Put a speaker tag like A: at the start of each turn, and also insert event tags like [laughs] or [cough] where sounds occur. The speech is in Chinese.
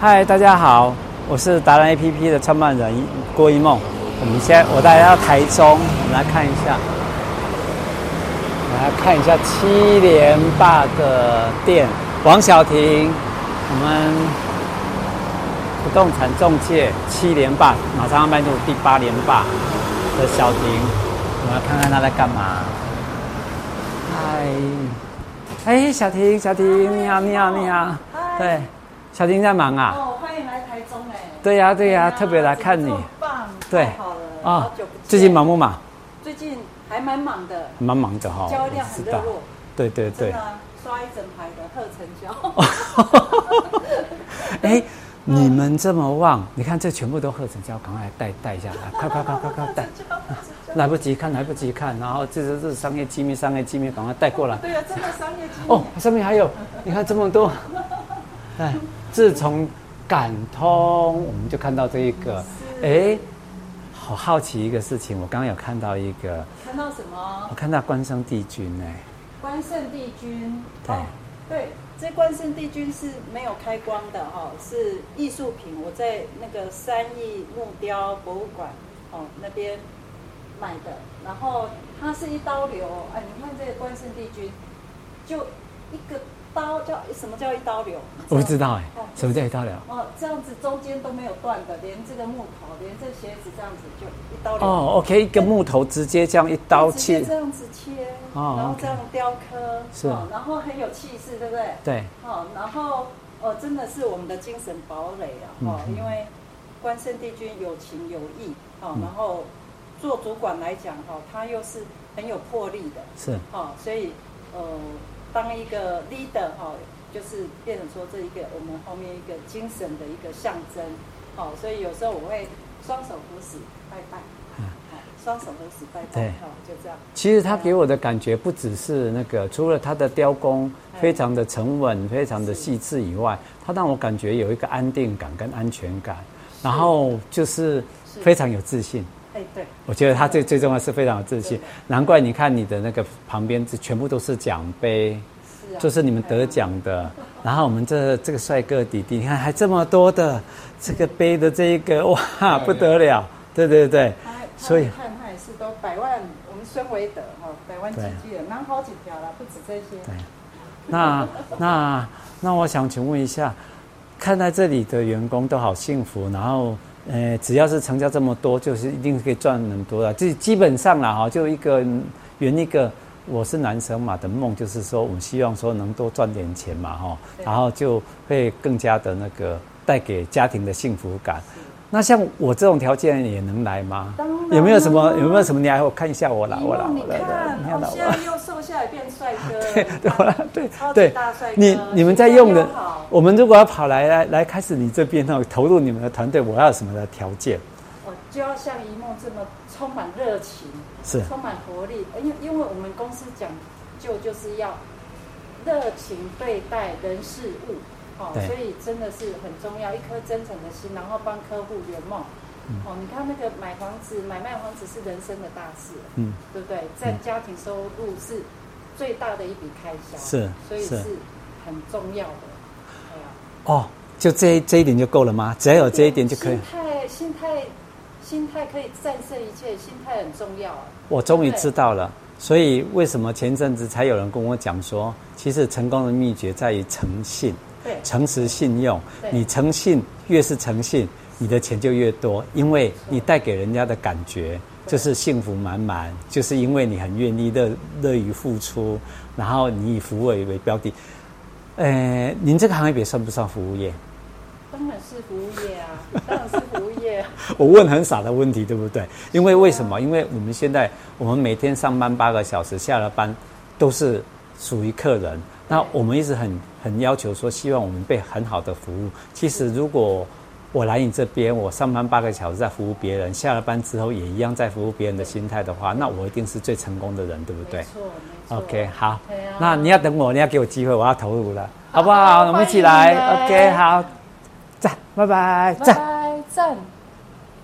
A: 嗨，大家好，我是达人 APP 的创办人郭一梦。我们现在我带大家到台中，我们来看一下，我们来看一下七连霸的店，王小婷，我们不动产中介七连霸，马上要迈入第八连霸的小婷，我们来看看她在干嘛。嗨，哎，小婷，小婷，你好，你好，你好，
B: 嗨
A: 对，小婷在忙啊。
B: 哦，欢迎来台中哎！
A: 对呀、对呀、特别来看你
B: 真的这么棒，
A: 对啊
B: 太好了，好久不见。
A: 最近忙不忙？
B: 最近还蛮忙的，
A: 蛮忙的哈、
B: 交易量很热络，
A: 对对对
B: 真的。啊刷一整排的贺成
A: 哦
B: 交。
A: [laughs] [laughs]
B: [laughs]
A: 哎，你们这么旺，你看这全部都合成胶，赶快来带带一下，来快快快快
B: [laughs]
A: 快带，来不及看，来不及看，然后这这这是商业机密，商业机密，赶快带过来。
B: 对啊，真的商业机密
A: 哦，上面还有，你看这么多。哎，自从感通，我们就看到这一个，哎，好好奇一个事情，我刚刚有看到一个，
B: 看到什么
A: 我？看到关圣帝君哎、
B: 关圣帝君，
A: 对
B: 哦对，这关圣帝君是没有开光的哈、哦，是艺术品。我在那个三义木雕博物馆哦那边买的，然后它是一刀流，哎，你看这个关圣帝君，就一个刀叫什么叫一刀流？
A: 我不知道哎、
B: 哦
A: 什么叫一刀流？
B: 哦，这样子中间都没有断的，连这个木头，连这鞋子这样子就一刀流。
A: 哦，OK，一个木头直接这样一刀
B: 直接
A: 切，
B: 这样子切，
A: 哦
B: 然后
A: OK
B: 这样雕刻，
A: 是啊
B: 哦然后很有气势，对不对？
A: 对，
B: 哦，然后哦，真的是我们的精神堡垒啊！哦，
A: 嗯
B: 因为关圣帝君有情有义，哦，
A: 嗯
B: 然后做主管来讲，哈、哦，他又是很有魄力的，
A: 是
B: 哦，所以呃，当一个 leader 哈、就是变成说这一个我们后面一个精神的一个象征，哦，所以有时候我会双手合十拜拜，好双手合十拜
A: 嗯对
B: 拜，哦，就这样，
A: 其实它给我的感觉不只是那个，除了它的雕工
B: 哎
A: 非常的沉稳、非常的细致以外，它让我感觉有一个安定感跟安全感，然后就是
B: 是
A: 非常有自信。
B: 哎，对，
A: 我觉得他最最重要是非常有自信
B: 对，
A: 难怪你看你的那个旁边这全部都是奖杯，
B: 是啊，
A: 就是你们得奖的。然后我们这这个帅哥弟弟，你看还这么多的这个杯的这一个，哇，不得了！对对对，所
B: 所
A: 以
B: 以看他也是都百万，我们孙维德哈、百万级
A: 对
B: 巨人，然后好几条了，不止这些。
A: 对那那那我想请问一下，看在这里的员工都好幸福，然后呃，只要是成交这么多，就是一定可以赚很多的。这基本上啦哈，就一个嗯圆一个我是男生嘛的梦，就是说我们希望说能多赚点钱嘛哈，
B: 对
A: 然后就会更加的那个带给家庭的幸福感。那像我这种条件也能来吗
B: 当然？啦
A: 有没有什么有没有什么？你来我看一下我啦，
B: 一
A: 我啦，
B: 梦
A: 我
B: 你
A: 啦，
B: 看，
A: 我啦啊你看啦
B: 哦，
A: 我
B: 现
A: 啦
B: 在。又瘦下来变帅哥，
A: [laughs] 对
B: 哇
A: 啦，对
B: 超级
A: 对
B: 大帅，哥
A: 你你们在用
B: 形
A: 的
B: 象又好，
A: 我们如果要跑来来来开始你这边哦，投入你们的团队，我要什么的条件？
B: 我就要像一梦这么充满热情，
A: 是
B: 充满活力，因为因为我们公司讲究就是要热情对待人事物，哦
A: 对，
B: 所以真的是很重要，一颗真诚的心，然后帮客户圆梦。
A: 嗯
B: 哦，你看那个买房子、买卖房子是人生的大事，
A: 嗯，
B: 对不对？占家庭收入是最大的一笔开销，
A: 是
B: 所以
A: 是
B: 是很重要的。哎呀
A: 哦，就这这一点就够了吗？只要有这一点就可以
B: 心。态、心态、心态可以战胜一切，心态很重要啊。
A: 我终于知道了，所以为什么前阵子才有人跟我讲说，其实成功的秘诀在于诚信、
B: 对，
A: 诚实、信用。
B: 对
A: 你诚信越是诚信，你的钱就越多，因为你带给人家的感觉
B: 对
A: 就是幸福满满，就是因为你很愿意乐乐于付出，然后你以服务为标的。呃，您这个行业别算不算服务业？
B: 当然是服务业啊，当然是服务业啊。
A: [laughs] 我问很傻的问题，对不对？因为为什么？因为我们现在我们每天上班八个小时，下了班都是属于客人。那我们一直很很要求说，希望我们被很好的服务。其实如果我来你这边，我上班八个小时在服务别人，下了班之后也一样在服务别人的心态的话，那我一定是最成功的人，对不对
B: 没错，没错。
A: ？OK，好
B: 对啊，
A: 那你要等我，你要给我机会，我要投入了，好不
B: 好
A: 好？我们一起来
B: 欢迎你
A: ，OK，
B: 来
A: 好，赞，拜拜，
B: 拜
A: 赞。
B: 拜，赞。